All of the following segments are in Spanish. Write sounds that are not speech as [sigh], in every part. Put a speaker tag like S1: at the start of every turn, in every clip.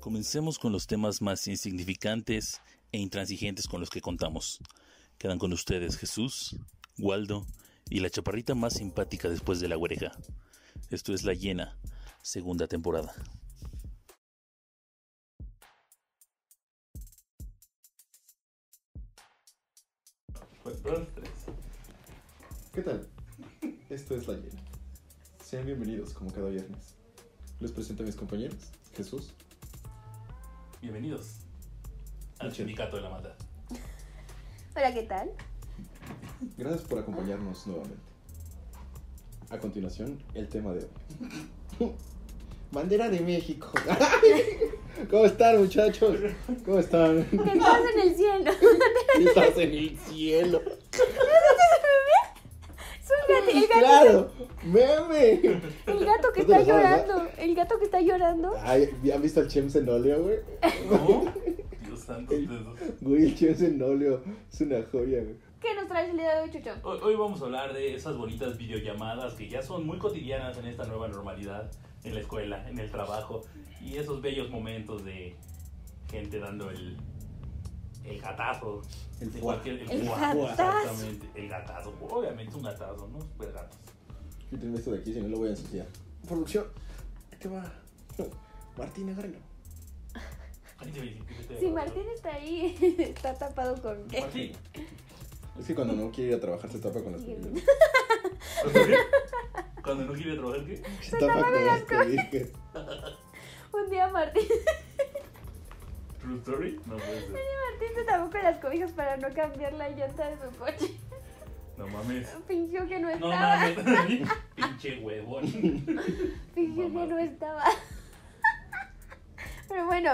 S1: Comencemos con los temas más insignificantes e intransigentes con los que contamos. Quedan con ustedes Jesús, Waldo y la chaparrita más simpática después de la oreja. Esto es La Llena, segunda temporada.
S2: ¿Qué tal? Esto es La Llena. Sean bienvenidos Pues como cada viernes. Les presento a mis compañeros, Jesús,
S1: Bienvenidos al
S2: Michelle.
S1: Sindicato de la Mata.
S3: Hola, ¿qué tal?
S2: Gracias por acompañarnos nuevamente. A continuación, el tema de hoy. [laughs] Bandera de México. [laughs] ¿Cómo están, muchachos? ¿Cómo están? [laughs]
S3: ¿Qué estás en el cielo?
S2: Estás en el cielo.
S3: Súbete, el gato,
S2: ¡Claro! ¡Meme!
S3: el gato que
S2: No te
S3: está
S2: lo sabes,
S3: llorando. El gato que está llorando.
S2: Ay, ¿Han visto al Chems en óleo, güey?
S1: ¿No? Dios santo. dedos.
S2: Güey, el Chems en óleo es una joya, güey.
S3: ¿Qué nos traes el día de hoy, Chucho?
S1: Hoy, hoy vamos a hablar de esas bonitas videollamadas que ya son muy cotidianas en esta nueva normalidad, en la escuela, en el trabajo, y esos bellos momentos de gente dando el, el gatazo.
S2: El
S1: de
S2: fuá.
S1: cualquier-
S3: El
S1: fuá,
S3: gatazo.
S1: Exactamente, el gatazo. Obviamente un gatazo, ¿no? Super gatos.
S2: Quítame esto de aquí, si no lo voy a ensuciar. Producción, ahí te va. [laughs] Martín, agárralo.
S1: Ay, te vi- te- te-
S3: Si Martín está ahí, [laughs] está tapado con qué.
S1: Martín.
S2: Es que cuando no quiere ir a trabajar se tapa con las películas.
S1: Cuando no quiere trabajar, ¿qué?
S2: Se tapa con las películas.
S3: Un día Martín,
S1: [laughs] True story. No puede ser.
S3: Martín se tapó con las cobijas para no cambiar la llanta de su coche. [laughs]
S1: No mames.
S3: Fingió que no
S1: No
S3: estaba.
S1: mames. [laughs] Pinche huevón.
S3: [laughs] Fingió
S1: Mamá.
S3: que no estaba. [laughs] Pero bueno,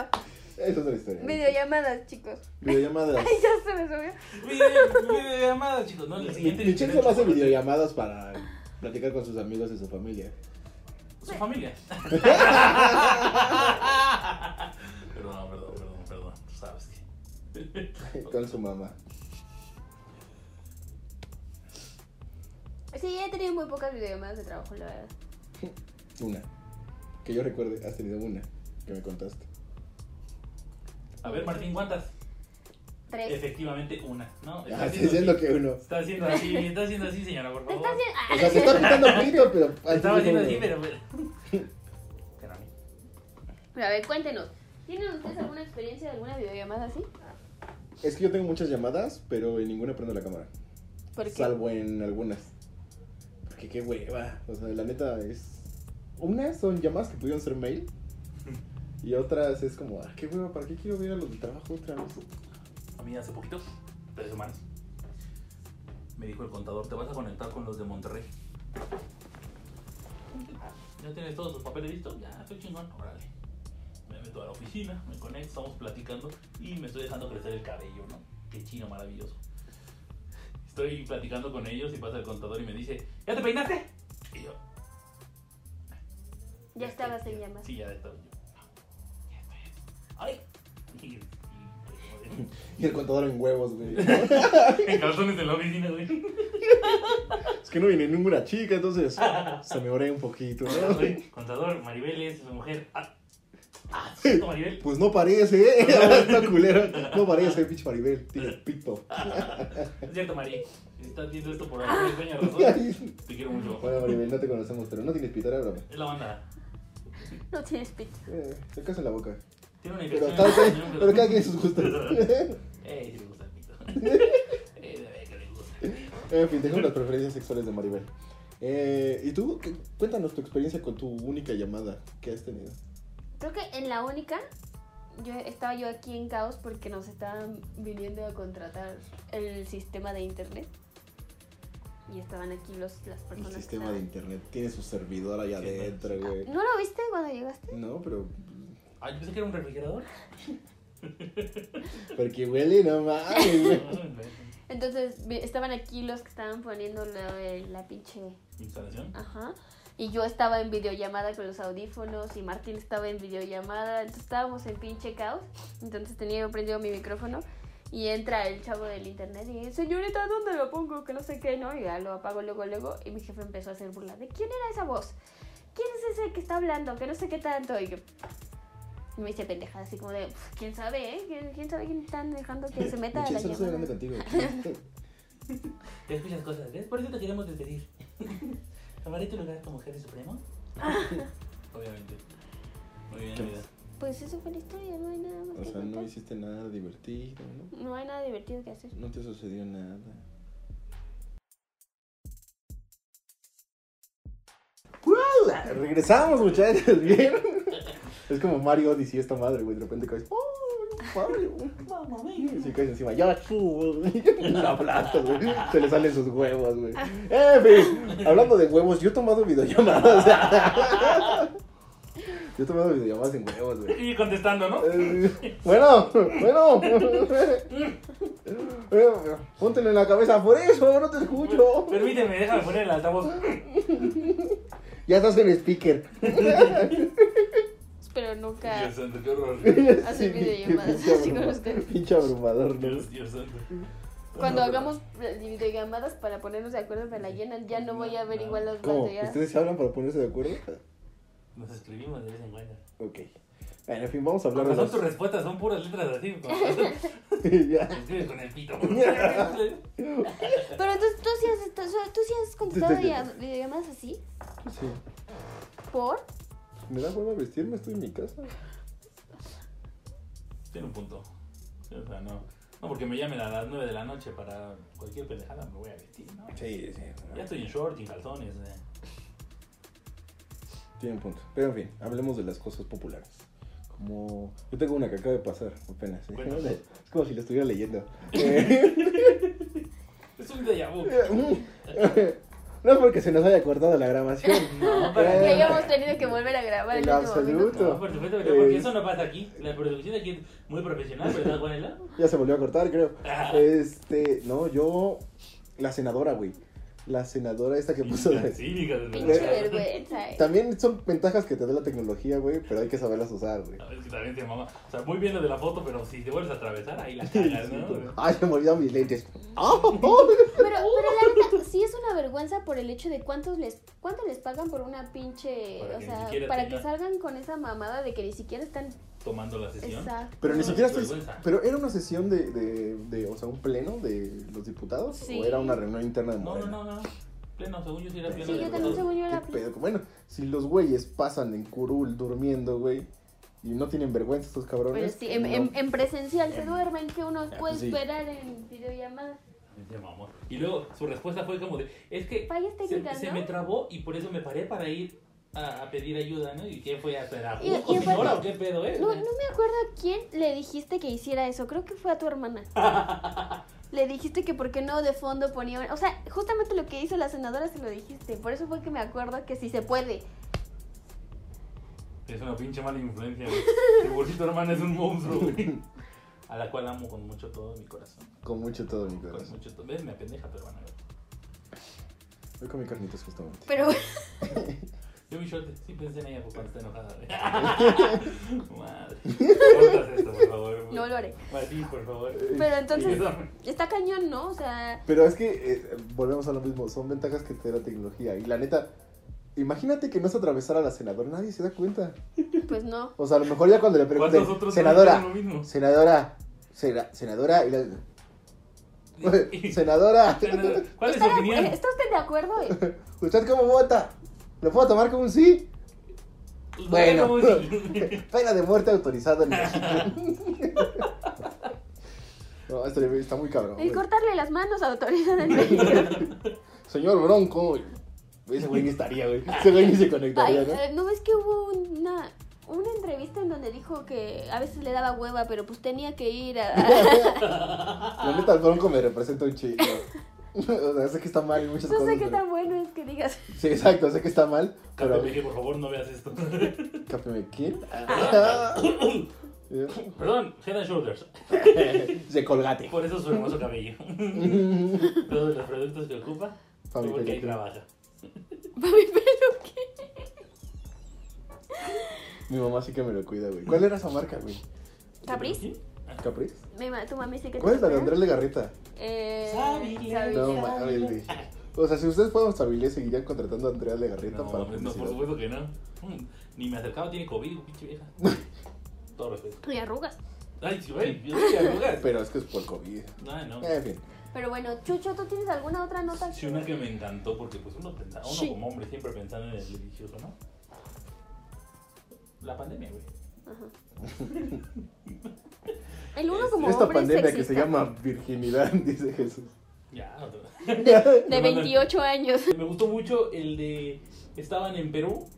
S2: Esa es la historia.
S3: videollamadas, chicos. [laughs]
S2: Videollamadas.
S3: Ay, ya se me subió.
S1: Video- Videollamada, chicos. No, el siguiente.
S2: Michelle solo hace videollamadas para platicar con sus amigos y su familia. [laughs]
S1: Su familia. perdón, perdón, perdón, perdón. Tú sabes que.
S2: Con su mamá.
S3: Sí, he tenido muy pocas videollamadas de trabajo, la verdad.
S2: Una. Que yo recuerde, has tenido una que me contaste.
S1: A ver, Martín, ¿cuántas?
S3: Tres.
S1: Este, Efectivamente, una. ¿No?
S2: Ah, estoy diciendo que uno.
S1: Está haciendo así, está haciendo así, señora, por
S3: Está
S1: favor.
S3: haciendo-
S2: O sea, se está
S1: [laughs]
S2: pintando pito, pero.
S1: Estaba haciendo así, pero.
S2: [laughs]
S1: Pero a mí.
S3: Pero a ver, cuéntenos. ¿Tienen ustedes alguna experiencia de alguna videollamada así?
S2: Es que yo tengo muchas llamadas, pero en ninguna prendo la cámara.
S3: ¿Por qué?
S2: Salvo en algunas. Porque qué hueva. O sea, la neta es. Unas son llamadas que pudieron ser [laughs] mail. Y otras es como, ah, qué hueva, ¿para qué quiero ver a los del trabajo otra vez?
S1: A mí hace poquito, tres semanas, me dijo el contador, te vas a conectar con los de Monterrey. Ya tienes todos tus papeles listos, ya estoy chingón, órale. Me meto a la oficina, me conecto, estamos platicando y me estoy dejando crecer el cabello, ¿no? Qué chino maravilloso. Estoy platicando con ellos y pasa el contador y me dice, ¿ya te peinaste? Y yo,
S3: Ya estabas en llamas.
S1: Sí, ya estaba yo. "Ah, Ya estoy. ¡Ay! Y- y- y-
S2: Y el contador en huevos, [laughs] güey.
S1: [laughs] En calzones en la oficina, güey.
S2: es que no viene ninguna chica, [laughs] entonces se me oré un poquito, ¿no?
S1: Soy contador, Maribel es su mujer. Ah, ah cierto, Maribel.
S2: [laughs] Pues no parece, ¿eh? [laughs] Está culero. No parece, pinche Maribel. Tiene pito.
S1: Es cierto, Mari. Si estás viendo esto por alguna
S2: Ah.
S1: extraña razón,
S2: [laughs]
S1: te quiero mucho.
S2: Bueno, Maribel, no te conocemos, pero no tienes pito, era broma.
S1: Es la banda.
S3: No tienes pito.
S2: Eh, te caso en la boca.
S1: Tiene una
S2: Pero
S1: infección.
S2: cada,
S1: en el
S2: quien-
S1: riñón,
S2: pero cada quien
S1: [laughs]
S2: sus gustos. [laughs]
S1: Eh, si le gusta el pito. [laughs] Eh, de ver que le gusta.
S2: En fin, dejemos las preferencias sexuales de Maribel. Eh, ¿Y tú? ¿Qué- Cuéntanos tu experiencia con tu única llamada que has tenido.
S3: Creo que en la única, yo estaba yo aquí en caos porque nos estaban viniendo a contratar el sistema de internet. Y estaban aquí los, las
S2: El
S3: personas. que
S2: sistema de
S3: estaban.
S2: internet tiene su servidor allá
S1: Sí,
S2: adentro, güey.
S3: ¿No lo viste cuando llegaste?
S2: No, pero.
S1: Ah, yo pensé que era un
S2: [laughs]
S1: refrigerador.
S2: Porque huele,
S3: [laughs]
S2: no mames, güey.
S3: Entonces vi- estaban aquí los que estaban poniendo la, la pinche
S1: Instalación.
S3: Ajá. Y yo estaba en videollamada con los audífonos y Martín estaba en videollamada. Entonces estábamos en pinche caos. Entonces tenía yo prendido mi micrófono y entra el chavo del internet y señorita, ¿dónde lo pongo? Que no sé qué, ¿no? Y ya lo apago luego, luego. Y mi jefe empezó a hacer burla de quién era esa voz. ¿Quién es ese que está hablando? Que no sé qué tanto. Y yo, Y me dice pendeja, así como de, "Pf, quién sabe, ¿eh? ¿Quién, quién sabe quién están dejando que se meta a
S2: Michi,
S3: la
S2: solo estoy hablando
S3: llamada? [laughs]
S2: contigo.
S1: Te escuchas cosas, ¿ves? Por eso te queremos despedir. [laughs] ¿Tomaré tu lugar como jefe
S2: [laughs]
S1: supremo? Obviamente. Muy bien,
S2: ¿Qué
S1: Navidad.
S3: Pues eso fue la historia, no hay nada más
S2: O
S3: que
S2: sea, no
S3: contar.
S2: hiciste nada divertido, ¿no?
S3: No hay nada divertido que hacer.
S2: No te sucedió nada. ¡Uala! Regresamos, muchachos, ¿vieron? Es como Mario Odyssey esta madre, güey. De repente caes. ¡Oh, Mario!
S1: Mamma
S2: Y
S1: mia.
S2: se caes encima. ¡Ya subo! La aplastas, güey. Se le salen sus huevos, güey. En fin, hablando de huevos, yo he tomado videollamadas. [laughs] Yo he tomado videollamadas en huevos, güey.
S1: Y contestando,
S2: [laughs]
S1: ¿no?
S2: Eh, Bueno, bueno. Eh, Póntelo en la cabeza, por eso no te escucho.
S1: Permíteme, déjame poner el altavoz.
S2: Ya estás en speaker.
S3: Pero nunca
S1: Dios santo, qué horror.
S3: [laughs]
S2: Hace
S3: videollamadas así con ustedes.
S2: Pinche abrumador, ¿no?
S1: Dios, Dios santo.
S3: Cuando hagamos videollamadas para ponernos de acuerdo para la llena, ya no voy a ver igual las
S2: ¿Cómo?
S3: batallas.
S2: ¿Ustedes se hablan para ponerse de acuerdo?
S1: Nos escribimos de vez en cuando.
S2: Ok. Bueno, en fin, vamos a hablar de
S1: Cuando son tus
S2: los...
S1: respuestas, son puras letras así.
S3: [laughs]
S1: como-
S2: [laughs] Ya.
S1: Escribes con el pito. [laughs]
S3: Pero entonces tú sí has, tú- tú sí has contestado vide- videollamadas así.
S2: Sí.
S3: ¿Por?
S2: Me da hueva vestirme, estoy en mi casa.
S1: Tiene un punto. O sea, no. No, porque me llamen a las 9 de la noche para cualquier pendejada, me voy a vestir, ¿no?
S2: Sí, sí.
S1: Ya estoy en short, en calzones. eh.
S2: Tiene un punto. Pero en fin, hablemos de las cosas populares. Como. Yo tengo una que acaba de pasar apenas. ¿eh?
S1: Bueno.
S2: [laughs] Es como si la estuviera [laughs] leyendo. Eh,
S1: Es un déjà
S3: [laughs]
S1: vu.
S2: [laughs] no es porque se nos haya cortado la grabación.
S1: No, para
S3: Que
S2: Eh,
S1: nada.
S3: hayamos tenido que volver a grabar el
S2: en
S3: último minuto.
S1: No, por supuesto, porque,
S2: Eh,
S1: porque eso no pasa aquí. La producción aquí es muy profesional, ¿verdad, Juanela?
S2: Ya se volvió a cortar, creo.
S1: Ah.
S2: Este. No, yo. La senadora, güey. La senadora esta que puso.
S1: Cínica, cínica, de
S3: Pinche
S1: verdad.
S3: vergüenza. eh.
S2: También son ventajas que te da la tecnología, güey, pero hay que saberlas usar, güey.
S1: A ver, que también te mamá. O sea, muy bien lo de la foto, pero si te vuelves a atravesar, ahí la cagas, ¿no?
S2: Ay, se me olvidaron mis lentes. ¡Ah!
S3: Pero, pero la neta, sí es una vergüenza por el hecho de cuántos les, cuánto les pagan por una pinche.
S1: Para
S3: o
S1: que ni
S3: sea,
S1: siquiera
S3: para
S1: tenga-
S3: que salgan con esa mamada de que ni siquiera están.
S1: Tomando la sesión.
S3: Exacto.
S2: [laughs] Pero ni
S1: No,
S2: siquiera
S1: qué
S2: estoy.
S1: vergüenza.
S2: Pero era una sesión de, de, de, O sea, un pleno de los diputados.
S3: Sí.
S2: O era una reunión interna de
S1: No, no,
S2: Morena.
S1: no, no. Pleno, según yo sí era pleno.
S3: Sí,
S1: de
S3: yo también,
S1: diputados.
S3: según yo, era
S2: ¿Qué
S3: pleno.
S2: pedo? Bueno, si los güeyes pasan en curul durmiendo, güey. Y no tienen vergüenza estos cabrones.
S3: Pero sí, em, en,
S2: no.
S3: en- en presencial se duermen, que
S1: Ah,
S3: uno
S2: pues
S3: puede
S2: sí.
S3: esperar en videollamada.
S1: Te mamó. Y luego su respuesta fue como de, es que
S3: Fallas
S1: se-
S3: técnicas,
S1: se,
S3: ¿no?
S1: me trabó y por eso me paré para ir a, a pedir ayuda, ¿no? ¿Y quién fue a esperar?
S3: Y- y
S1: ¿Justo,
S3: aparte-
S1: señora, o qué pedo es?
S3: No, no me acuerdo a quién le dijiste que hiciera eso. Creo que fue a tu hermana. Le dijiste que por qué no de fondo ponía. O sea, justamente lo que hizo la senadora se lo dijiste. Por eso fue que me acuerdo que si se puede.
S1: Es una pinche mala influencia, güey. Seguro tu hermana es un monstruo, güey. A la cual amo con mucho todo mi corazón.
S2: Con mucho todo mi
S1: Con
S2: corazón.
S1: mucho todo. ¿Ves? Me apendeja tu hermana, güey.
S2: Voy con mi carnitas justamente.
S3: Pero [laughs]
S1: Yo mi short, sí pensé en ella pues, cuando está enojada,
S2: [laughs]
S1: güey. Madre. Cortas esto, por favor. güey.
S3: No lo haré.
S1: Martín, por favor.
S3: Pero entonces,
S1: Ayúdame.
S3: está cañón, ¿no? O sea,
S2: Pero es que eh, volvemos a lo mismo. Son ventajas que te da la tecnología. Y la neta. Imagínate que no se atravesara la senadora, nadie se da cuenta.
S3: pues no.
S2: O sea, a lo mejor ya cuando le pregunten,
S1: ¿Cuántos otros
S2: senadora,
S1: hacen lo mismo?
S2: senadora, sena- senadora, y
S3: [laughs]
S2: la-
S1: [laughs]
S2: [laughs] senadora,
S1: Senadora, ¿Cuál es su
S3: ¿Está, de acu-
S1: opinión?
S3: ¿Está usted de acuerdo?
S2: ¿usted cómo vota? ¿Lo puedo tomar como un sí?
S1: [laughs]
S2: Bueno.
S1: ¿Cómo es?
S2: [laughs] Pena de muerte autorizada en México. [laughs] no, este está muy cabrón.
S3: Y
S2: güey.
S3: cortarle las manos a autoridades en México.
S2: Señor Bronco. Ese güey ni estaría,
S3: [laughs]
S2: güey. Ese güey ni se
S3: Ay,
S2: conectaría, ¿no?
S3: eh, ¿no ves que hubo una, una entrevista en donde dijo que a veces le daba hueva, pero pues tenía que ir a... [laughs]
S2: La neta, el Bronco me representa un chico. [laughs] o sea, sé que está mal en muchas
S3: No
S2: cosas.
S3: sé qué
S2: pero-
S3: tan bueno es que digas. [laughs]
S2: Sí, exacto, sé que está mal. Pero,
S1: Cápeme que por favor no veas esto. [laughs]
S2: Cápeme,
S3: [laughs]
S2: ¿quién? Ah.
S1: Perdón, Head and Shoulders.
S2: Se colgate.
S1: Por eso su hermoso cabello. [laughs] Todos los productos que ocupa, porque
S2: Fabi
S1: ahí
S2: Peluquín.
S1: trabaja.
S3: Papi, pero qué...
S2: [laughs] Mi mamá sí que me lo cuida, güey. ¿Cuál era esa marca, güey?
S3: ¿Capriz?
S1: ¿Peluquín?
S2: ¿Capriz?
S3: Mi ma- tu mami sí que te
S2: ¿Cuál es la de
S3: espera.
S2: Andrés Legarreta?
S3: Eh...
S1: Sabi,
S3: Sabi,
S2: No,
S3: sí.
S2: mames, güey. O sea, si ustedes fueran Sabilé, seguirían contratando a Andrea Legarreta
S1: No, pues,
S2: para
S1: mames, no, por
S2: publicidad. [laughs]
S1: supuesto que no. Mm, Ni me acercaba, tiene COVID, pinche vieja.
S3: y arrugas.
S1: Ay, sí, güey, yo soy
S3: [laughs]
S1: arrugas.
S2: Pero es que es por COVID.
S1: Ay, Ah, no.
S3: Eh,
S2: En fin.
S3: Pero bueno, Chucho, ¿tú tienes alguna otra nota?
S1: Sí, una que me encantó porque pues uno pensa- uno
S3: Sí.
S1: como hombre siempre pensando en el religioso, ¿no? La pandemia, güey.
S3: El uno como
S2: Esta
S3: hombre
S2: pandemia que
S3: sexista.
S2: se llama virginidad, [laughs] dice Jesús.
S1: Ya, otra vez.
S3: De 28 años.
S1: [laughs] Me gustó mucho el de. Estaban en Perú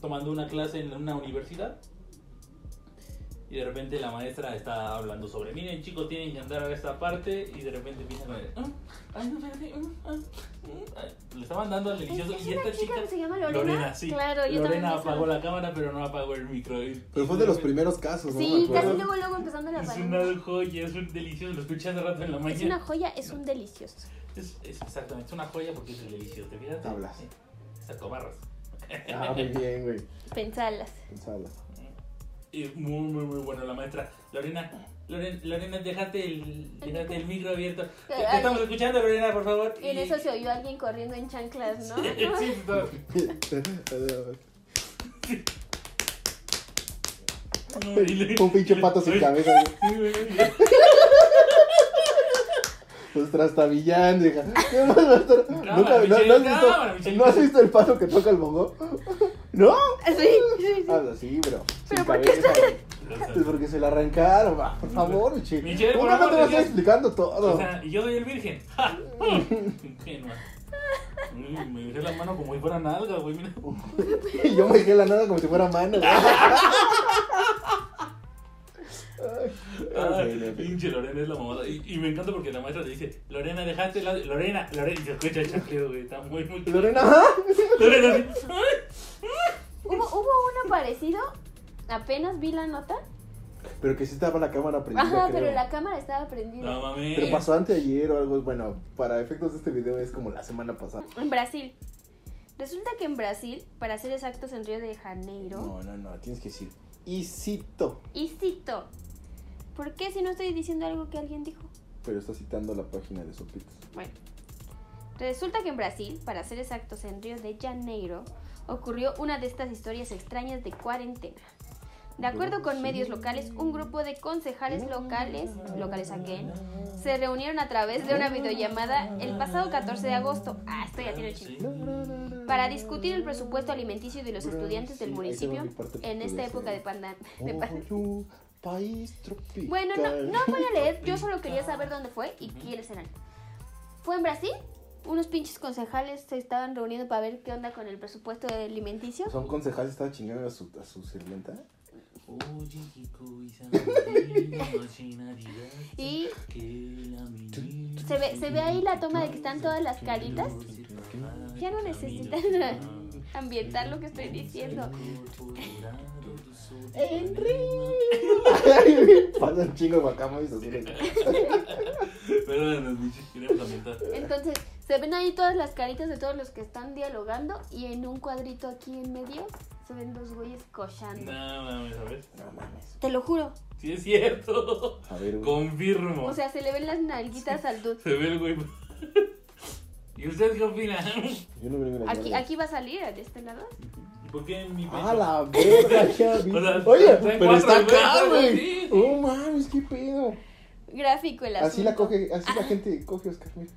S1: tomando una clase en una universidad. Y de repente la maestra está hablando sobre, miren chicos, tienen que andar a esta parte. Y de repente empiezan a ver, "Ah, ay, no, espérate, ah, ah, ah". Le estaban dando al delicioso.
S3: Es
S1: Y
S3: una
S1: esta
S3: chica
S1: chica.
S3: que se llama Lorena.
S1: sí.
S3: Claro, yo también
S1: Lorena
S3: pensaba.
S1: apagó la cámara, pero no apagó el micro. Y-
S2: Pero fue de los primeros casos, ¿no? Me
S3: Sí,
S2: acuerdo.
S3: casi luego, luego empezando la
S1: Es
S3: pandemia.
S1: una joya, es un delicioso. Lo escuché hace rato en la
S3: Es una
S1: mañana.
S3: joya, es un delicioso.
S1: Es, es exactamente, es una joya porque es delicioso. Te fijas.
S2: Hablas.
S1: Sí. Exacto, barras.
S2: Ah, muy bien, güey.
S3: Pensalas.
S2: Pensala.
S1: Eh, muy, muy, muy bueno la maestra. Lorena, Lorena, Lorena déjate, el, déjate el micro abierto. Te, te
S3: Ay.
S1: estamos escuchando, Lorena, por favor.
S3: Y en eso se oyó alguien corriendo en chanclas, ¿no?
S1: [laughs] Sí, no. No, y le-
S2: [laughs] Un pinche pato sin cabeza, güey. Los trastabillando, hija. ¿Qué más va a estar? ¿Nunca, no,
S1: Michelle,
S2: no has
S1: cámara,
S2: visto,
S1: Michelle.
S2: ¿No has visto el pato que toca el bongo? ¿No?
S3: [laughs] Sí, sí, sí.
S2: Habla así, bro.
S3: Pero
S2: Sin
S3: ¿por qué
S2: cabeza, güey. Pues porque se la arrancaron, va. Por favor, Michelle.
S1: Michelle,
S2: ¿Cómo
S1: por
S2: no
S1: favor,
S2: te vas a estar
S1: Michelle.
S2: explicando
S1: O
S2: todo?
S1: sea, y yo soy el virgen. [laughs] Ja. Ingenua. Mm, Me dejé la mano como si fuera nalga, güey. Mira.
S2: [laughs] Y yo me dejé la nada como si fuera mano, güey. Ay,
S1: Ah,
S2: en fin, en fin.
S1: pinche Lorena es la mamada. Y, y me encanta porque la maestra te dice, Lorena, dejate la... Lorena, Lorena, y se escucha el chacleo, güey. Está muy, muy...
S2: Lorena, ¿ah?
S1: Lorena, así, "Ay".
S3: Hubo, hubo uno parecido, apenas vi la nota.
S2: Pero que sí estaba la cámara prendida,
S3: Ajá,
S2: creo.
S3: pero la cámara estaba
S1: No
S3: prendida.
S1: mames.
S2: Pero pasó anteayer o algo. Bueno, para efectos de este video es como la semana pasada.
S3: En Brasil. Resulta que en Brasil, para ser exactos, en Río de Janeiro.
S2: No, no, no, tienes que decir. Y cito.
S3: Y cito. ¿Por qué si no estoy diciendo algo que alguien dijo?
S2: Pero está citando la página de Sopitas.
S3: Bueno, resulta que en Brasil, para ser exactos en Río de Janeiro, ocurrió una de estas historias extrañas de cuarentena. De acuerdo con medios locales, un grupo de
S2: Mm.
S3: concejales locales, locales again, se reunieron a través de una videollamada el pasado 14 de agosto. Ah, esto ya tiene chiste. Para discutir el presupuesto alimenticio de los estudiantes del
S2: Sí, ahí se va
S3: municipio
S2: mi parte
S3: en esta
S2: portuguesa.
S3: época de, panda- de pan-
S2: Ojo, país tropical.
S3: Bueno, no, no voy a leer,
S2: [laughs]
S3: yo solo quería saber dónde fue y quiénes eran. ¿Fue en Brasil? Unos pinches concejales se estaban reuniendo para ver qué onda con el presupuesto alimenticio.
S2: [laughs] Son concejales, estaba chingando a su, a su [laughs] sirvienta.
S1: Oye, qué cosa [laughs] más llena de gracia
S3: Y
S1: que la mirada.
S3: se ve, se ve ahí la toma de que están todas las caritas. Ya no necesitan ambientar lo que
S2: [laughs]
S3: estoy diciendo.
S1: Enrique.
S2: Pasa un chingo de guacamo y se sirven.
S1: Perdónanos, Michi, queremos ambientar.
S3: Entonces, se ven ahí todas las caritas de todos los que están dialogando y en un cuadrito aquí en medio se ven dos güeyes cochando.
S1: No mames, a ver.
S2: No mames.
S3: Te lo juro.
S1: Sí es cierto.
S2: A ver, güey.
S1: Confirmo.
S3: O sea, se le ven las nalguitas al dude.
S1: se ve el güey. [laughs] ¿Y usted qué opina?
S2: Yo no vengo a
S3: Aquí, aquí va a salir, de este lado.
S1: [laughs] ¿Por qué en mi pecho?
S2: ¡Ah, la verga, [laughs] Xavi!
S1: O sea,
S2: Oye,
S1: está en
S2: pero está
S1: cuatro,
S2: acá,
S1: güey,
S2: güey.
S1: sí, sí.
S2: No mames, qué pedo.
S3: Gráfico el asunto. Ah.
S2: Así la coge, así la gente coge Oscar. mira.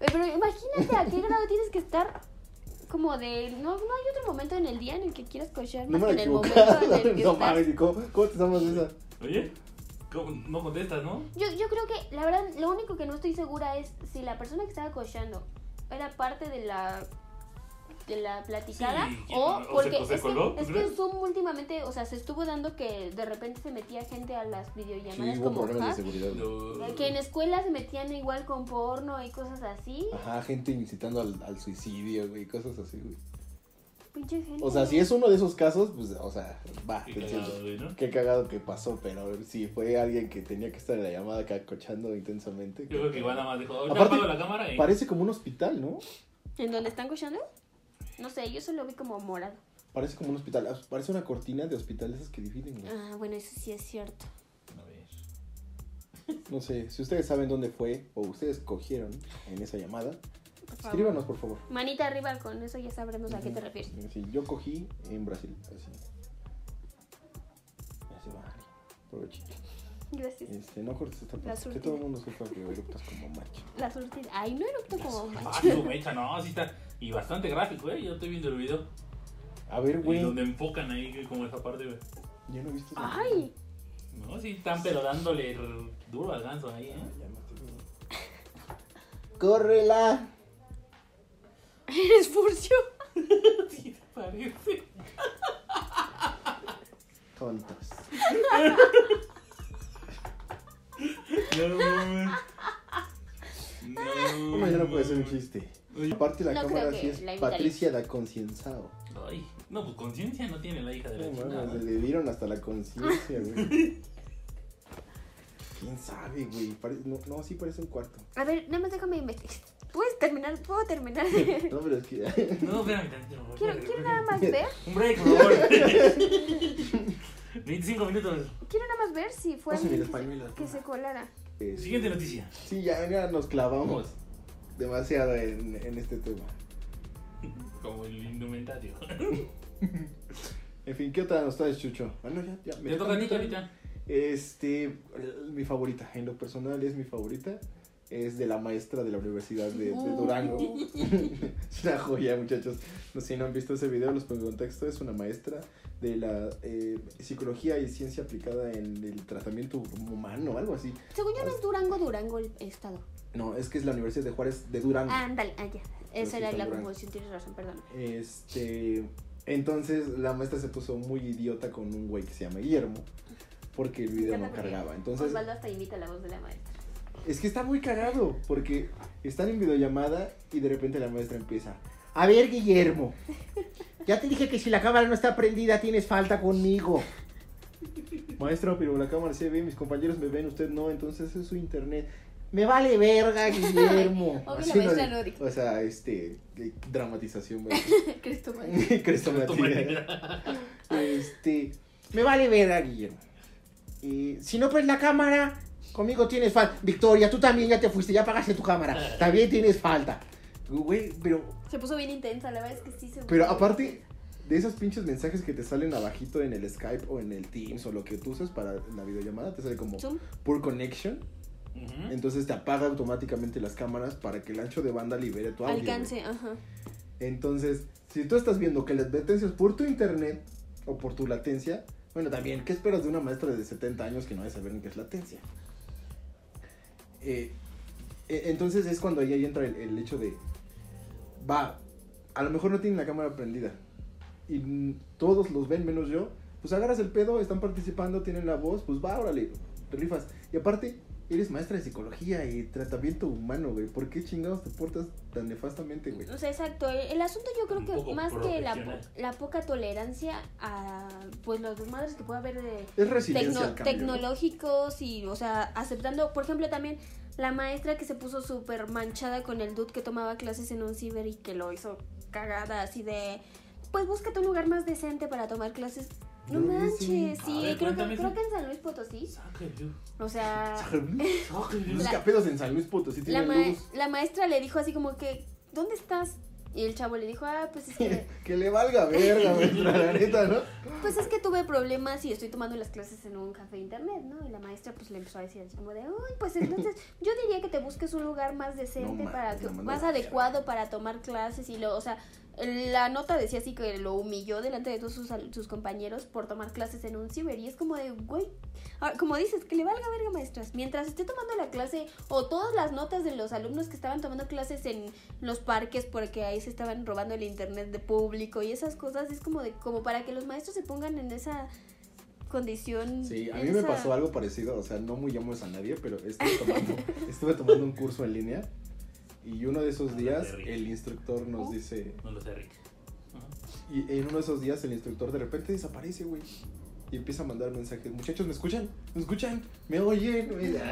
S3: Eh, Pero imagínate a qué grado tienes que estar como de... No, no hay otro momento en el día en el que quieras cochear más que en el momento
S2: [laughs]
S3: en el que
S2: No
S3: estás.
S2: mames, ¿y ¿cómo, cómo te tomas esa?
S1: Oye, ¿cómo? no contestas, ¿no?
S3: Yo, yo creo que, la verdad, lo único que no estoy segura es si la persona que estaba cocheando era parte de la de la platicada
S1: Sí,
S3: o
S1: o se-
S3: porque
S1: o se
S3: es, que-
S1: coló, ¿tú
S3: es que,
S1: crees?
S3: Zoom últimamente, o sea, se estuvo dando que de repente se metía gente a las videollamadas
S2: Sí, hubo
S3: como
S2: problemas de
S3: hack,
S2: seguridad. güey.
S1: No.
S3: que en escuelas se metían igual con porno y cosas así.
S2: Ajá, gente incitando al, al suicidio, güey, cosas así, güey.
S3: Pinche gente.
S2: O sea, si es uno de esos casos, pues, o sea, va,
S1: Qué
S2: te
S1: cagado,
S2: entiendo.
S1: güey, ¿no?
S2: Qué cagado que pasó, pero si fue alguien que tenía que estar en la llamada acá cochando intensamente.
S1: Yo creo que igual nada más dijo, ahorita
S2: Aparte,
S1: apago la cámara y...
S2: Parece como un hospital, ¿no?
S3: ¿En dónde están cochando? No sé, yo solo vi como morado.
S2: Parece como un hospital. Ah, Parece una cortina de hospital, esas que dividen, güey.
S3: Ah, bueno, eso sí es cierto.
S1: A ver.
S2: No sé, si ustedes saben dónde fue o ustedes cogieron en esa llamada,
S3: Por favor.
S2: escríbanos, por favor.
S3: Manita arriba, con eso ya sabremos a qué te refieres.
S2: Sí, yo cogí en Brasil. así. Provechito.
S3: Gracias.
S2: Este, no cortes esta
S3: La
S2: parte. Que
S3: surtida.
S2: todo el mundo sepa que eructas como macho.
S3: La surtida. Ay, no eructo como
S1: Ah,
S3: macho.
S1: su mecha, no, así está. Y bastante gráfico, eh. Yo estoy viendo el video.
S2: A ver,
S1: Y
S2: güey.
S1: donde enfocan ahí, que como esa parte, güey.
S2: Yo no he visto. esa
S3: Ay, [laughs]
S1: No, sí, están pero dándole r- duro al ganso ahí,
S2: película.
S1: eh.
S2: Ya no te- ¡Córrela!
S3: eres furcio.
S1: [laughs] Sí, te parece.
S2: Tontos.
S1: No, mames. no.
S2: ¿Cómo ya [laughs] no puede ser un chiste? Aparte, la
S3: No
S2: cámara
S3: creo que
S2: sí es
S3: la invitaría.
S2: Patricia la concienzado.
S1: Ay, no, pues conciencia no tiene la hija de la
S2: No
S1: chingada.
S2: mames, le dieron hasta la conciencia, güey.
S1: [laughs]
S2: ¿Quién sabe, güey? Pare- No, no, sí parece un
S3: [laughs]
S2: cuarto.
S3: A ver, nada más déjame investigar. ¿Puedes terminar? ¿Puedo
S2: [laughs]
S3: terminar? [laughs]
S2: No, pero es que.
S1: No, espérame tantito. por favor.
S3: Quiero, quiero nada más ver.
S1: Un break, por favor.
S2: [laughs]
S1: 25 minutos.
S3: Quiero nada más ver si fue
S2: Pásame
S3: alguien
S2: los pañuelos,
S3: Pues, que, se,
S2: porfa.
S3: que se colara.
S2: eh,
S1: Siguiente noticia.
S2: Sí, ya, ya nos clavamos demasiado en, en este tema.
S1: Como el [laughs] indumentario.
S2: En fin, ¿qué otra nos traes, Chucho? Bueno, ya, ya.
S1: Me toca a Nico ahorita.
S2: Este, mi favorita, en lo personal es mi favorita. Es de la maestra de la Universidad de, de Durango. [laughs] es una joya, muchachos. No sé si no han visto ese video, los pongo en contexto. Es una maestra de la eh, psicología y ciencia aplicada en el tratamiento humano, algo así.
S3: Según yo no es Durango, Durango el estado.
S2: No, es que es la Universidad de Juárez de Durango.
S3: Ándale, allá.
S2: Pero ah, sí
S3: Esa era
S2: está
S3: la
S2: Durango.
S3: confusión, tienes razón, perdón.
S2: Este. Entonces la maestra se puso muy idiota con un güey que se llama Guillermo. Porque el video no cargaba. Entonces.
S3: Osvaldo hasta imita la voz de la maestra. [laughs]
S2: Es que está muy cagado. Porque están en videollamada y de repente la maestra empieza. A ver, Guillermo. Ya te dije que si la cámara no está prendida tienes falta conmigo. Maestra, pero la cámara se ve, mis compañeros me ven, usted no, entonces es su internet. Me vale verga, Guillermo.
S3: [laughs] Obvio, la
S2: Así no
S3: maestra
S2: le-
S3: no dijo.
S2: O sea, este, eh, dramatización.
S3: [laughs]
S2: ¿verdad? [laughs]
S3: Cristóbal.
S2: Crestomatía. Este. Me vale verga, Guillermo. Y si no prendes la cámara, conmigo tienes falta. Victoria, tú también ya te fuiste, ya pagaste tu cámara. También tienes falta. Güey, pero.
S3: Se puso bien intensa, la verdad es que sí se
S2: Pero aparte de esos pinches mensajes que te salen abajito en el Skype o en el Teams o lo que tú uses para la videollamada, te sale como
S3: Zoom.
S2: Poor Connection.
S1: Ujú.
S2: Entonces te apaga automáticamente las cámaras para que el ancho de banda libere tu audio. güey.
S3: Alcance, ajá.
S2: Entonces, si tú estás viendo que la advertencia es por tu internet o por tu latencia, bueno, también, ¿qué esperas de una maestra de 70 años que no debe saber ni qué es latencia? Eh, e- entonces es cuando ahí, ahí entra el, el hecho de, va, a lo mejor no tienen la cámara prendida y mm, todos los ven menos yo, pues agarras el pedo, están participando, tienen la voz, pues va, órale, te rifas. Y aparte, eres maestra de psicología y tratamiento humano, güey, ¿por qué chingados te portas tan nefastamente, güey?
S3: O sea, exacto. El, el asunto yo creo
S1: Un
S3: que
S1: poco
S3: más que la, po-
S1: profesional.
S3: la poca tolerancia a pues los desmadres que puede haber de
S2: Es resiliencia
S3: tecno-
S2: al cambio. ¿no? [laughs]
S3: tecnológicos y, o sea, aceptando, por ejemplo, también la maestra que se puso súper manchada con el dude que tomaba clases en un ciber y que lo hizo cagada así de, pues búscate un lugar más decente para tomar clases. No,
S2: No, sí.
S3: manches,
S1: A
S3: sí,
S1: ver,
S3: creo,
S1: cuéntame
S3: que, creo
S1: eso.
S3: que en San Luis Potosí,
S1: Saca el yo.
S3: o sea...
S1: Saca el yo.
S2: Los
S3: La-
S2: capedos en San Luis Potosí
S3: La,
S2: tienen
S3: ma-
S2: luz. [laughs]
S3: la maestra le dijo así como que, ¿dónde estás? Y el chavo le dijo, ah, pues es que,
S2: Que le valga verga, maestra, la neta, ¿no?
S3: pues es que tuve problemas y estoy tomando las clases en un café internet, ¿no? Y la maestra pues le empezó a decir así como de, uy,
S2: [laughs]
S3: pues entonces yo diría que te busques un lugar más decente
S2: mames,
S3: para que,
S2: la mandó
S3: más
S2: a la
S3: adecuado para tomar clases y lo, o sea, la nota decía así que lo humilló delante de todos sus, al- sus compañeros por tomar clases en un ciber y es como de, güey, ah, como dices, que le valga verga maestras, mientras esté tomando la clase o todas las notas de los alumnos que estaban tomando clases en los parques porque ahí se estaban robando el internet de público y esas cosas, es como de, como para que los maestros se pongan en esa condición.
S2: Sí, a
S3: en
S2: mí me
S3: esa-
S2: pasó
S3: [laughs]
S2: algo parecido, o sea, no muy llamos a nadie, pero estuve tomando, estuve tomando un curso en línea y uno de esos días el instructor nos dice,
S1: No lo sé, Rick. Ajá.
S2: y en uno de esos días el instructor de repente desaparece, güey. Y empieza a mandar mensajes, muchachos, ¿me escuchan? ¿Me escuchan? ¿Me oyen? [laughs]
S3: Pero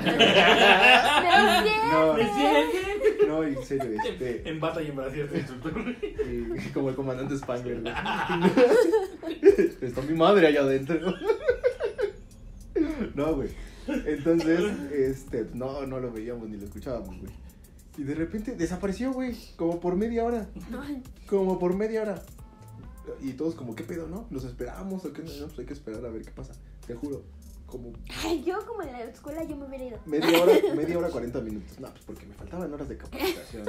S3: bien,
S2: No,
S1: Me siento.
S2: no, en [laughs] serio, este...
S1: En bata y en brasier este instructor.
S2: Y Eh, como el comandante Spangler, güey. [laughs] Está mi madre allá adentro. [laughs] No, güey. Entonces, este, no, no lo veíamos ni lo escuchábamos, güey. Y de repente desapareció, güey. Como por media hora. Como por media hora. Y todos como, ¿qué pedo, no? ¿Los esperamos o qué? No, pues hay que esperar a ver qué pasa. Te juro. como
S3: Ay, yo como en la escuela yo me hubiera ido.
S2: media hora, media hora, 40 minutos. No, pues porque me faltaban horas de capacitación.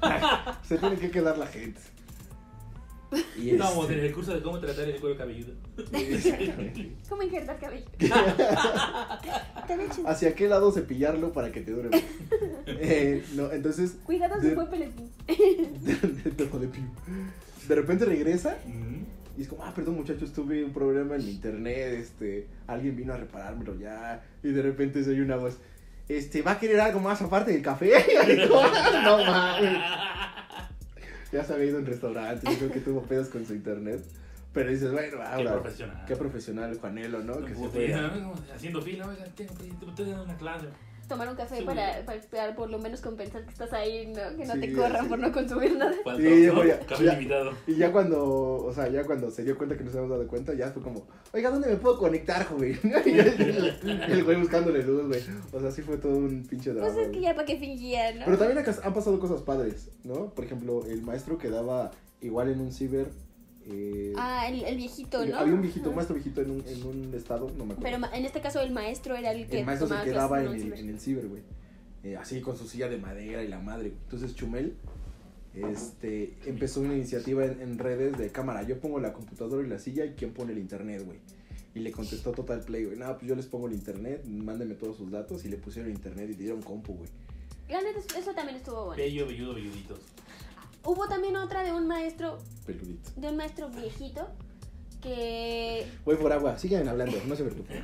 S2: [laughs] Se tiene que quedar la gente. Y
S1: No, vamos a
S2: este-
S1: tener el curso de cómo tratar el cuero cabelludo.
S2: Exactamente.
S3: ¿Cómo injertar
S2: [laughs]
S3: cabello? Tan hecho.
S2: ¿Hacia qué lado cepillarlo para que te dure? más? Eh, no, entonces. [laughs]
S3: Cuidado
S2: de-
S3: se fue Pelopín.
S2: de, de- de- de piu. De repente regresa
S1: Mm.
S2: y es como, ah, perdón muchachos, tuve un problema en mi internet, este, alguien vino a reparármelo ya. Y de repente soy una voz, este, ¿va a querer algo más aparte del café? [laughs] Y yo, "Ah, no mames. Ah, Ya se había ido en restaurantes, yo creo que tuvo pedos con su internet. Pero dices, bueno,
S1: Qué
S2: ahora.
S1: profesional.
S2: Qué profesional, Juanelo, ¿no? Que se
S1: Como
S2: fue.
S1: te-
S2: a-
S1: Haciendo fila, oigan, tengo que estoy dando una clase.
S3: Tomar un café
S1: Sí.
S3: para, para, para por lo menos compensar que estás ahí, ¿no? Que no
S2: Sí, Ah,
S3: te corran
S2: sí.
S3: por no consumir nada.
S1: Falta,
S2: Sí,
S1: ¿no?
S2: voy a-
S1: Café
S2: ya.
S1: limitado.
S2: Y ya cuando, o sea, ya cuando se dio cuenta que nos habíamos dado cuenta, ya fue como, oiga, ¿dónde me puedo conectar, joven? [laughs] Y el, el güey buscándole luz, güey. O sea, sí fue todo un pinche drama.
S3: Pues es que
S2: güey.
S3: ya para qué fingían, ¿no?
S2: Pero también acá han pasado cosas padres, ¿no? Por ejemplo, el maestro que daba igual en un ciber. eh,
S3: Ah, el, el viejito, ¿no?
S2: Había un viejito, un
S3: Ajá.
S2: maestro viejito en un, en un estado, no me acuerdo.
S3: Pero ma- en este caso el maestro era el que
S2: el maestro se
S3: tomaba
S2: quedaba
S3: clases
S2: en
S3: un
S2: el,
S3: ciber.
S2: en el ciber, güey. Eh, así con su silla de madera y la madre. güey. Entonces Chumel este, empezó una iniciativa en, en redes de cámara. Yo pongo la computadora y la silla y quién pone el internet, güey. Y le contestó Total Play, güey. No, pues yo les pongo el internet, mándenme todos sus datos. Y le pusieron internet y dieron compu, güey.
S3: La neta, eso- eso también estuvo bueno.
S1: Bello, velludo, velluditos.
S3: Hubo también otra de un maestro,
S2: Peludito.
S3: de un maestro viejito, que
S2: Voy por agua, sigan hablando, no se preocupen.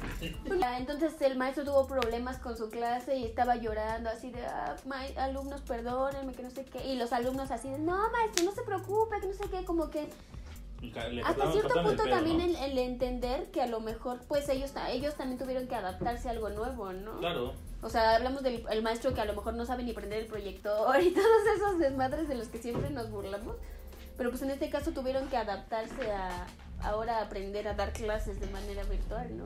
S3: Ah, Entonces el maestro tuvo problemas con su clase y estaba llorando así de, "Ah, ma- alumnos, perdónenme, que no sé qué. Y los alumnos así de, no, maestro, no se preocupe, que no sé qué, como que
S1: Y ca- le
S3: hasta
S1: cortaban-
S3: cierto
S1: cortaban el
S3: punto
S1: pelo,
S3: también
S1: ¿no?
S3: el, el entender que a lo mejor pues ellos, ta- ellos también tuvieron que adaptarse a algo nuevo, ¿no?
S1: Claro.
S3: O sea, hablamos del el maestro que a lo mejor no sabe ni prender el proyector y [laughs] todos esos desmadres de los que siempre nos burlamos. Pero pues en este caso tuvieron que adaptarse a ahora aprender a dar clases de manera virtual, ¿no?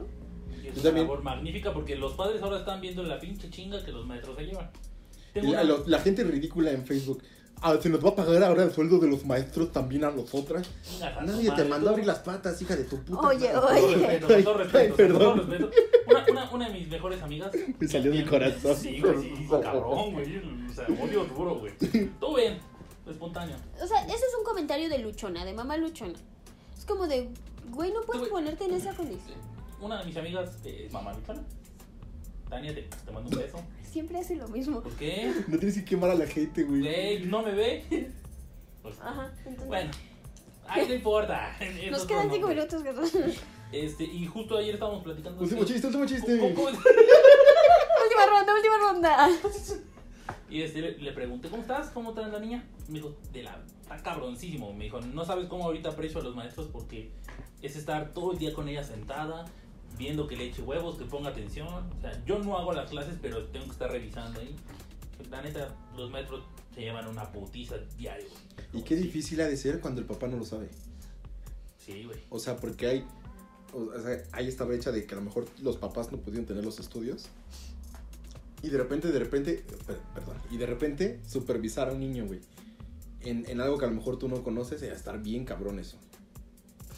S1: Y es
S2: Yo
S1: una
S2: también.
S1: labor magnífica porque los padres ahora están viendo la pinche chinga que los maestros se llevan. [laughs] Tengo
S2: Y
S1: una-
S2: la, lo- la gente ridícula en Facebook. Ah, se nos va a pagar ahora el sueldo de los maestros también a nosotras.
S1: Chingas a tu
S2: Nadie te
S1: madre,
S2: mandó
S1: tú.
S2: a abrir las patas, hija de tu puta. madre.
S3: Oye,
S1: Con todo
S3: oye.
S1: respeto, con todo
S2: Ay,
S1: respeto,
S2: ay,
S1: con
S2: perdón.
S1: todo respeto. Una, una, una de mis mejores amigas.
S2: [laughs] Me salió del corazón.
S1: Sí, güey, sí, sí, cabrón, güey. O sea, odio duro,
S2: [laughs]
S1: güey. Todo bien, espontáneo.
S3: O sea, eso es un comentario de luchona, de mamá luchona. Es como de, güey, no puedes
S1: Güey.
S3: ponerte en esa condición.
S1: Una de mis amigas eh, es mamá luchona. Tania, te, te mando un beso.
S3: Siempre hace lo mismo.
S1: ¿Por qué?
S2: No tienes que quemar a la gente, güey.
S1: Güey, no me ve. Pues,
S3: Ajá, entonces.
S1: bueno, ahí no importa. Es
S3: Nos
S1: otro
S3: quedan
S1: nombre.
S3: cinco minutos, Jesús. [laughs]
S1: Este, y justo ayer estábamos platicando.
S2: Último
S1: de-
S2: chiste, último chiste.
S1: ¿Cómo- cómo-
S3: última ronda, última ronda.
S1: Y este, le, le pregunté, ¿cómo estás? ¿Cómo traes la niña? Me dijo, de la... Está cabroncísimo. Me dijo, no sabes cómo ahorita aprecio a los maestros porque es estar todo el día con ella sentada, viendo que le eche huevos, que ponga atención. O sea, yo no hago las clases, pero tengo que estar revisando ahí. La neta, los maestros se llevan una putiza diario. güey.
S2: Y qué difícil ha de ser cuando el papá no lo sabe.
S1: Sí, güey.
S2: O sea, porque hay, o sea, hay esta brecha de que a lo mejor los papás no pudieron tener los estudios. Y de repente, de repente, per- perdón, y de repente supervisar a un niño, güey. En, en algo que a lo mejor tú no conoces, y a estar bien cabrón eso.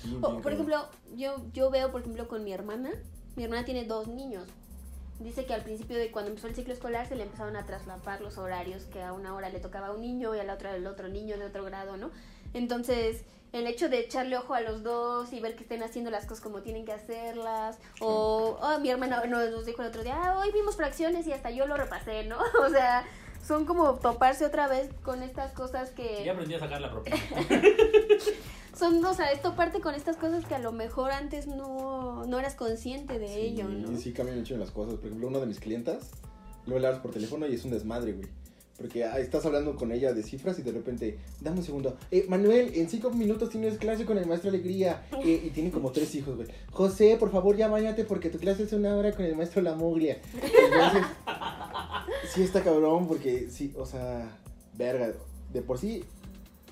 S2: Bien,
S3: O,
S2: bien cabrón.
S3: por ejemplo, yo, yo veo, por ejemplo, con mi hermana. Mi hermana tiene dos niños. Dice que al principio de cuando empezó el ciclo escolar se le empezaron a traslapar los horarios que a una hora le tocaba a un niño y a la otra el otro niño de otro grado, ¿no? Entonces, el hecho de echarle ojo a los dos y ver que estén haciendo las cosas como tienen que hacerlas, o "Ah, mi hermana nos, nos dijo el otro día, "Ah, hoy vimos fracciones y hasta yo lo repasé, ¿no? [laughs] O sea, son como toparse otra vez con estas cosas que...
S1: Ya aprendí a sacar la propina.
S3: Son, o sea, esto parte con estas cosas que a lo mejor antes no, no eras consciente de
S2: Sí,
S3: ello, ¿no?
S2: Sí, cambian mucho las cosas. Por ejemplo, una de mis clientas, luego le hablas por teléfono y es un desmadre, güey. Porque ah, estás hablando con ella de cifras y de repente, dame un segundo. Eh, Manuel, en cinco minutos tienes clase con el maestro Alegría. Eh, y tiene como tres hijos, güey. José, por favor, ya bañate porque tu clase es una hora con el maestro La Muglia. Entonces, sí está cabrón porque, sí, o sea, verga. De por sí,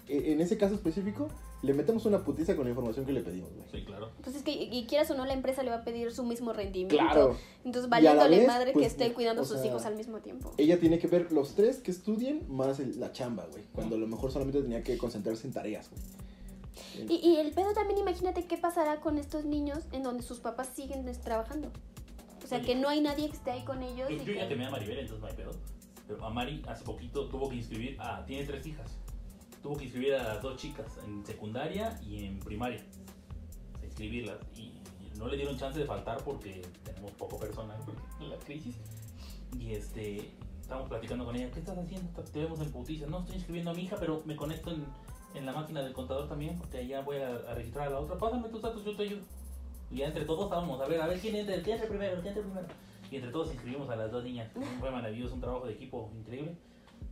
S2: e- en ese caso específico, le metemos una putiza con la información que le pedimos, güey.
S1: Sí, claro.
S3: Pues es que, y y quieras o no, la empresa le va a pedir su mismo rendimiento.
S2: Claro.
S3: Entonces,
S2: Y a la
S3: valiéndole
S2: vez,
S3: madre
S2: pues,
S3: que esté cuidando
S2: o
S3: a sus
S2: sea, eh,
S3: hijos al mismo tiempo.
S2: ella tiene que ver los tres que estudien más el- la chamba, güey. Cuando a lo mejor solamente tenía que concentrarse en tareas, güey.
S3: Y, y el pedo también, imagínate qué pasará con estos niños en donde sus papás siguen des- trabajando. O sea, que no hay nadie que esté ahí con ellos. y
S1: Yo, yo ya
S3: que-
S1: temía a Maribel, entonces no hay pedo. Pero a Mari hace poquito tuvo que inscribir a. Tiene tres hijas. Tuvo que inscribir a las dos chicas en secundaria y en primaria. O sea, inscribirlas. Y no le dieron chance de faltar porque tenemos poco personal por la crisis. Y este. Estábamos platicando con ella. ¿Qué estás haciendo? Te- Te vemos en putiza. No, estoy inscribiendo a mi hija, pero me conecto en, en la máquina del contador también porque allá voy a, a registrar a la otra. Pásame tus datos, yo te ayudo. Y ya entre todos estábamos a ver, a ver quién entra, quién entra primero, quién entra primero. Y entre todos inscribimos a las dos niñas.
S2: Mm.
S1: Fue maravilloso, un trabajo de equipo increíble.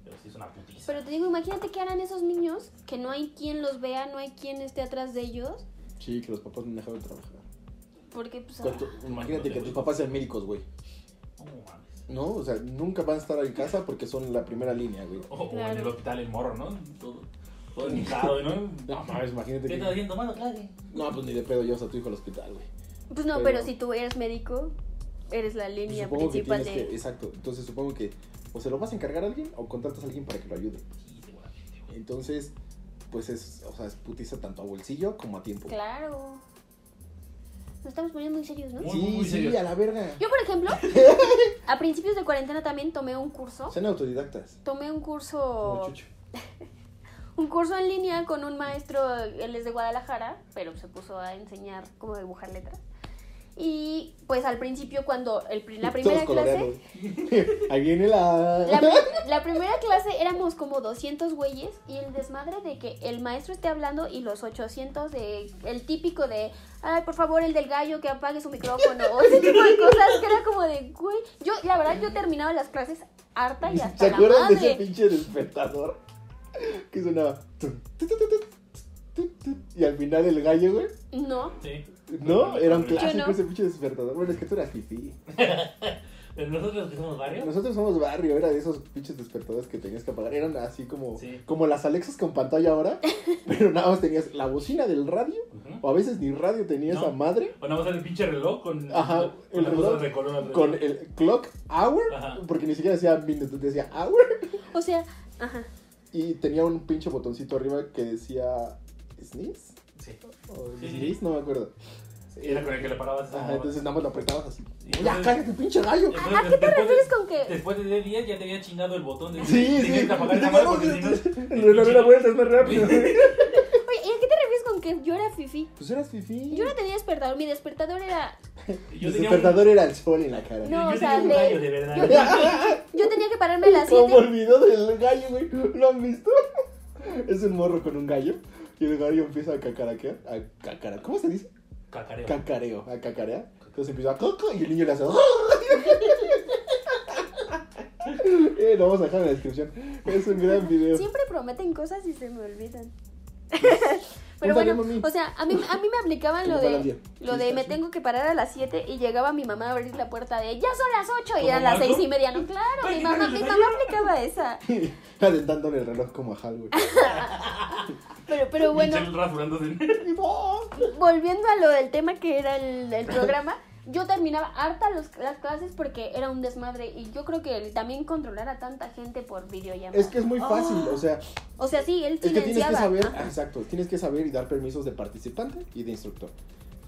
S1: Pero sí es una putiza.
S3: Pero te digo, imagínate qué harán esos niños, que no hay quien los vea, no hay quien esté atrás de ellos,
S2: Sí, que los papás no dejaban de trabajar.
S3: porque pues...
S2: Con tu-
S3: ah,
S2: imagínate que tus papás sean médicos, güey.
S1: No mames.
S2: No, o sea, nunca van a estar en casa porque son la primera línea, güey.
S1: Oh, O, o en
S3: Claro.
S1: el hospital el morro, ¿no? Todo, todo enojado, ¿no?
S2: [laughs] No mames, imagínate
S1: Oh. ¿Qué
S2: que.
S1: estás haciendo? Tomando clase.
S2: No, pues ni de pedo llevas a tu hijo al hospital, güey.
S3: Pues no,
S2: Pero-
S3: pero si tú eres médico, eres la
S2: Pues
S3: línea
S2: Supongo que
S3: principal
S2: tienes
S3: de...
S2: que. Exacto. Entonces supongo que o se lo vas a encargar a alguien o contratas a alguien para que lo ayude.
S1: Sí, seguramente, güey.
S2: Entonces, pues es, o sea, es putiza tanto a bolsillo como a tiempo.
S3: Claro. Nos estamos poniendo muy serios, ¿no?
S1: Muy-
S2: Sí, sí,
S1: serio.
S2: a la verga.
S3: Yo, por
S2: [laughs]
S3: ejemplo, a principios de cuarentena también tomé un curso.
S2: Sean autodidactas.
S3: Tomé un
S2: Como
S3: curso,
S2: Chucho.
S3: un curso en línea con un maestro, él es de Guadalajara, pero se puso a enseñar cómo dibujar letras. Y pues al principio cuando el, pri- la primera
S2: Todos
S3: clase,
S2: coloreados. [laughs] Ahí viene la. [laughs]
S3: La, pri- la primera clase éramos como 200 güeyes y el desmadre de que el maestro esté hablando y los 800 de el típico de ay por favor el del gallo que apague su micrófono o ese tipo de cosas que era como de güey yo la verdad yo terminaba las clases harta y hasta
S2: ¿Se
S3: la
S2: acuerdan de
S3: madre
S2: ese pinche despertador? Que sonaba. tun, tu, tu, tu, tu, tu, tu, tu, Y al final el gallo, güey.
S3: no
S1: Sí.
S2: No, era un
S1: Yo
S2: clásico
S3: no.
S2: ese pinche despertador. Bueno, es que tú eras fifí.
S1: Pero nosotros que somos varios.
S2: Nosotros somos barrio, era de esos pinches despertadores que tenías que apagar. Eran así como,
S1: Sí.
S2: como las Alexas con pantalla
S3: [laughs]
S2: ahora, pero nada más tenías la bocina del radio,
S1: Ujú.
S2: o a veces ni radio tenía
S1: No.
S2: esa madre,
S1: O nada más el pinche reloj con,
S2: Ajá,
S1: con
S2: el
S1: la cosa
S2: reloj
S1: de color alrededor.
S2: con el clock hour,
S1: Ajá.
S2: porque ni siquiera decía minute, decía hour,
S3: o sea ajá
S2: y tenía un pinche botoncito arriba que decía sneeze,
S1: Sí.
S2: o
S1: Sí, sí.
S2: sneeze, no me acuerdo.
S1: Era con el que le parabas. esa
S2: Ajá,
S1: mamada.
S2: entonces nada más lo apretabas así.
S1: Y
S2: Ya,
S1: entonces-
S2: cállate, pinche gallo.
S1: entonces,
S3: ¿A Ah, qué te
S1: después de-
S3: refieres con que
S1: Después de 10 días ya te había chingado el botón de
S2: [laughs] Sí, sí.
S1: tenías que apagar la
S2: Sí,
S1: mano
S2: no,
S1: porque
S2: sí,
S1: si no-
S2: [laughs] sí. El reloj era vueltas
S1: [laughs]
S2: más rápido. [laughs]
S3: oye, ¿y a qué te refieres con que yo era fifi
S2: Pues eras fifí.
S3: yo no tenía despertador mi despertador era
S1: Yo
S2: el
S1: tenía
S2: despertador era el sol en la cara.
S1: un,
S2: [laughs]
S3: No,
S1: yo- yo
S3: o sea,
S1: tenía un
S3: de-
S1: gallo de verdad.
S3: yo tenía que pararme a las
S2: ¿Cómo
S3: 7
S2: olvidó del gallo, güey? ¿Lo han visto? [laughs] Es un morro con un gallo. Y el gallo empieza a cacaraquear. A cacara, ¿Cómo se dice?
S1: Cacareo.
S2: Cacareo. A cacarear. Entonces empieza a coco y el niño le hace. "Ah". [laughs] eh, lo vamos a dejar en la descripción. Es un gran video. [laughs]
S3: siempre prometen cosas y se me olvidan
S2: Un
S3: [laughs] Pero
S2: saludo,
S3: bueno,
S2: mami.
S3: o sea, a mí, a mí me aplicaban
S2: Como
S3: lo
S2: para el día.
S3: de, lo
S2: Sí,
S3: de me
S2: sí.
S3: tengo que parar a las 7 y llegaba mi mamá a abrir la puerta de ya son las 8 y
S1: ¿Como
S3: eran las
S1: Marco?
S3: 6 y
S2: [laughs]
S3: media. No, claro,
S1: Ay,
S3: mi
S1: ¿qué
S3: mamá,
S1: tal
S3: mi
S1: el
S3: mamá aplicaba esa.
S2: Adentándole el reloj como a Hal, güey.
S3: Pero,
S2: [laughs]
S3: pero bueno,
S1: Pinche rasurándose.
S2: Mi voz.
S3: volviendo a lo del tema que era el, el programa, yo terminaba harta los- las clases porque era un desmadre y yo creo que el también controlar a tanta gente por videollamada.
S2: Es que es muy fácil, o sea,
S3: O sea, sí, él
S2: Es que tienes que
S3: silenciaba.
S2: saber,
S3: Ajá.
S2: exacto, tienes que saber y dar permisos de participante y de instructor.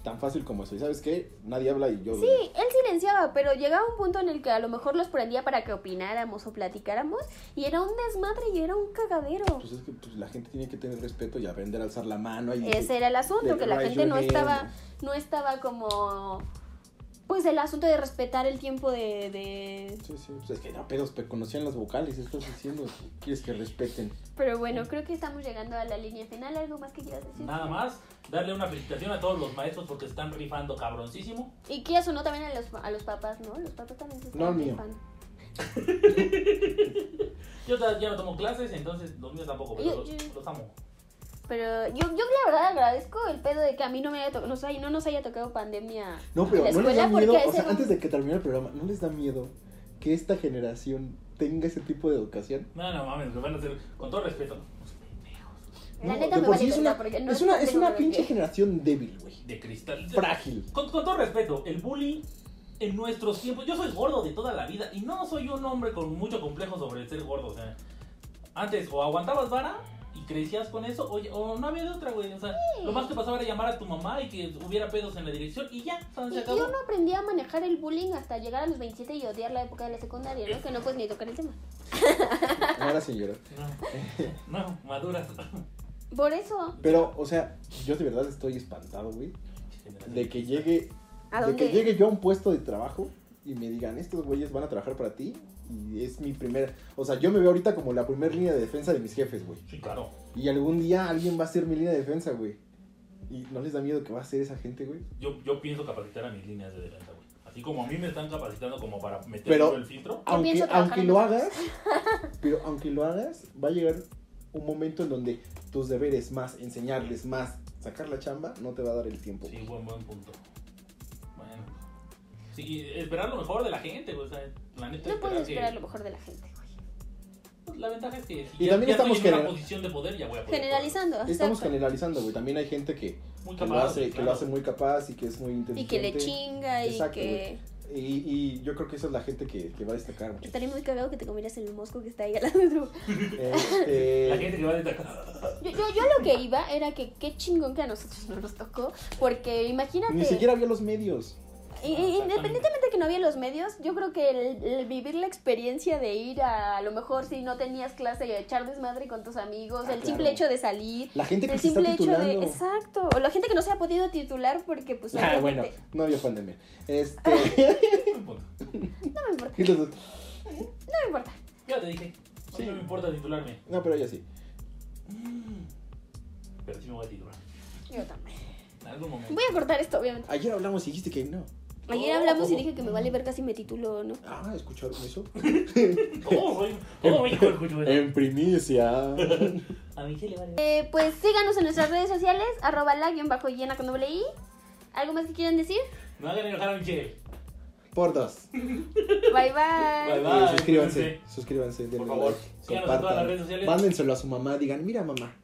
S2: Tan fácil como eso. Y sabes qué, nadie habla y yo.
S3: Sí, él silenciaba, pero llegaba un punto en el que a lo mejor los prendía para que opináramos o platicáramos y era un desmadre y era un cagadero.
S2: Pues es que pues, la gente tiene que tener respeto y aprender a alzar la mano. Y
S3: Ese era el asunto,
S2: de
S3: que la
S2: raise
S3: gente
S2: your
S3: no
S2: hand.
S3: estaba, no estaba como... Pues el asunto de respetar el tiempo de... de-
S2: Sí, sí, pues es que no, pedos, pero conocían las vocales, estás diciendo, quieres que respeten.
S3: Pero bueno, creo que estamos llegando a la línea final. ¿Algo más que quieras decir?
S1: Nada más, darle una felicitación a todos los maestros porque están rifando cabroncísimo.
S3: Y que eso no también a los, a los papás, ¿no? Los papás también se están
S2: No, mío.
S3: rifando.
S1: Yo ta- ya no tomo clases, entonces los míos tampoco, pero
S3: Yo-
S1: los,
S3: yo-
S1: los amo.
S3: Pero yo, yo la verdad agradezco el pedo de que a mí no, me haya to- no, sé, no nos haya tocado pandemia.
S2: No, pero
S3: en la
S2: no les da
S3: escuela porque
S2: miedo, o
S3: ese
S2: sea,
S3: era un-
S2: antes de que termine el programa, ¿no les da miedo que esta generación tenga ese tipo de educación?
S1: No, no mames, lo van a hacer con todo respeto. Los pendejos
S2: No,
S3: La neta
S2: de
S3: me
S2: por
S3: vale
S2: sí es
S3: verga,
S2: una,
S3: porque no
S2: es una,
S3: es
S2: es una
S3: porque-
S2: pinche generación débil, güey.
S1: De cristal.
S2: Frágil.
S1: Con, con todo respeto, el bullying en nuestros tiempos. Yo soy gordo de toda la vida y no soy un hombre con mucho complejo sobre el ser gordo. O sea, antes o aguantabas vara y crecías con eso, oye, o no había de otra, güey. O sea, lo más que pasaba era llamar a tu mamá y que hubiera pedos en la dirección y ya, o sea, se
S3: Y
S1: acabó.
S3: yo no aprendí a manejar el bullying hasta llegar a los 27 y odiar la época de la secundaria, ¿no? Que no puedes ni tocar el tema.
S2: Ahora sí lloro.
S1: No, no,
S2: [laughs]
S1: maduras.
S3: Por eso,
S2: Pero, o sea, yo de verdad estoy espantado, güey. De que llegue.
S3: ¿a
S2: De que
S3: dónde?
S2: llegue yo a un puesto de trabajo y me digan, estos güeyes van a trabajar para ti. Y es mi primera. O sea, yo me veo ahorita como la primera línea de defensa de mis jefes, güey.
S1: Sí, claro.
S2: Y algún día alguien va a ser mi línea de defensa, güey. ¿Y no les da miedo que va a ser esa gente, güey?
S1: Yo, yo pienso capacitar a mis líneas de defensa, güey. Así como a mí me están capacitando como para meter
S2: Pero-
S1: todo el filtro.
S2: Aunque,
S3: pienso trabajar
S2: aunque
S3: en
S2: lo
S3: eso.
S2: hagas, pero aunque lo hagas, va a llegar un momento en donde tus deberes más, enseñarles más, sacar la chamba, no te va a dar el tiempo.
S1: Sí, buen, buen punto. Bueno. Sí, y esperar lo mejor de la gente, güey. O sea, la neta,
S3: No puedes
S1: que-
S3: esperar lo mejor de la gente, güey.
S1: Pues, La ventaja es que si
S2: Y
S1: ya,
S2: también
S1: ya
S2: estamos
S1: estoy en una
S2: general-
S1: posición de poder, ya voy a poder.
S3: Generalizando,
S2: Estamos
S3: exacto.
S2: generalizando, güey. También hay gente que,
S1: Muy
S2: que lo
S1: capaz,
S2: hace, que
S1: claro.
S2: lo hace muy capaz y que es muy
S3: Y
S2: inteligente.
S3: que le chinga y
S2: Exacto,
S3: que...
S2: Y, y yo creo que esa es la gente que, que va a destacar. güey.
S3: Estaría muy cagado que te comieras el mosco que está ahí al lado de tu...
S1: [laughs]
S2: Este,
S1: La gente que va a destacar.
S3: Yo, yo, yo lo que iba era que qué chingón que a nosotros no nos tocó, porque imagínate...
S2: ni siquiera había los medios.
S3: I- i- Independientemente de que no había los medios, yo creo que el, el vivir la experiencia de ir a, a lo mejor si no tenías clase y echar desmadre con tus amigos,
S2: Ah,
S3: el
S2: claro.
S3: simple hecho de salir,
S2: La gente que
S3: el
S2: se está
S3: simple hecho de...
S2: titulando.
S3: Exacto, o la gente que no se ha podido titular porque pues...
S2: Ah, bueno,
S3: obviamente-
S2: no había pandemia.
S3: [laughs]
S2: Este,
S1: Buen
S2: [laughs]
S1: punto.
S3: No me importa,
S2: y los-
S3: no me importa.
S1: Ya te dije. A mí
S2: Sí.
S1: No me importa titularme.
S2: no, pero ella sí.
S1: Pero sí me voy a titular.
S3: Yo también.
S1: En algún momento.
S3: Voy a cortar esto, obviamente.
S2: Ayer hablamos y dijiste que no.
S3: Ayer
S1: Oh.
S3: hablamos y dije que me vale ver casi me titulo, ¿no?
S2: Ah, ¿escucharon eso?
S1: Todo, soy- todo México escucho eso.
S2: En primicia.
S1: A mí sí le vale.
S3: Eh, pues síganos en nuestras redes sociales, arroba la guión bajo llena con doble i. ¿Algo más que quieran decir?
S1: No hagan enojar a Michelle.
S2: [laughs] Por dos.
S3: Bye bye.
S1: Bye, bye.
S2: Eh, suscríbanse, suscríbanse, denle
S1: Por favor,
S2: like,
S1: síganos en todas
S2: compartan,
S1: las redes sociales.
S2: Mándenselo a su mamá, digan, mira mamá,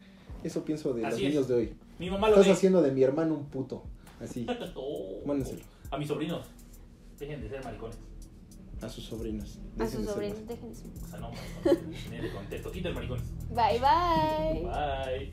S2: eso pienso de los
S1: Así es.
S2: niños de hoy.
S1: Mi mamá lo
S2: Estás
S1: ve.
S2: haciendo de mi hermano un puto. Así,
S1: Oh.
S2: Mándenselo.
S1: A mis sobrinos. Dejen de ser maricones.
S2: a sus sobrinos.
S3: A
S2: Dejen
S3: sus
S2: de ser
S3: sobrinos,
S2: más.
S3: déjense.
S1: O sea, no, maricones. Ni de contexto. Quita el maricones.
S3: Bye bye.
S1: Bye.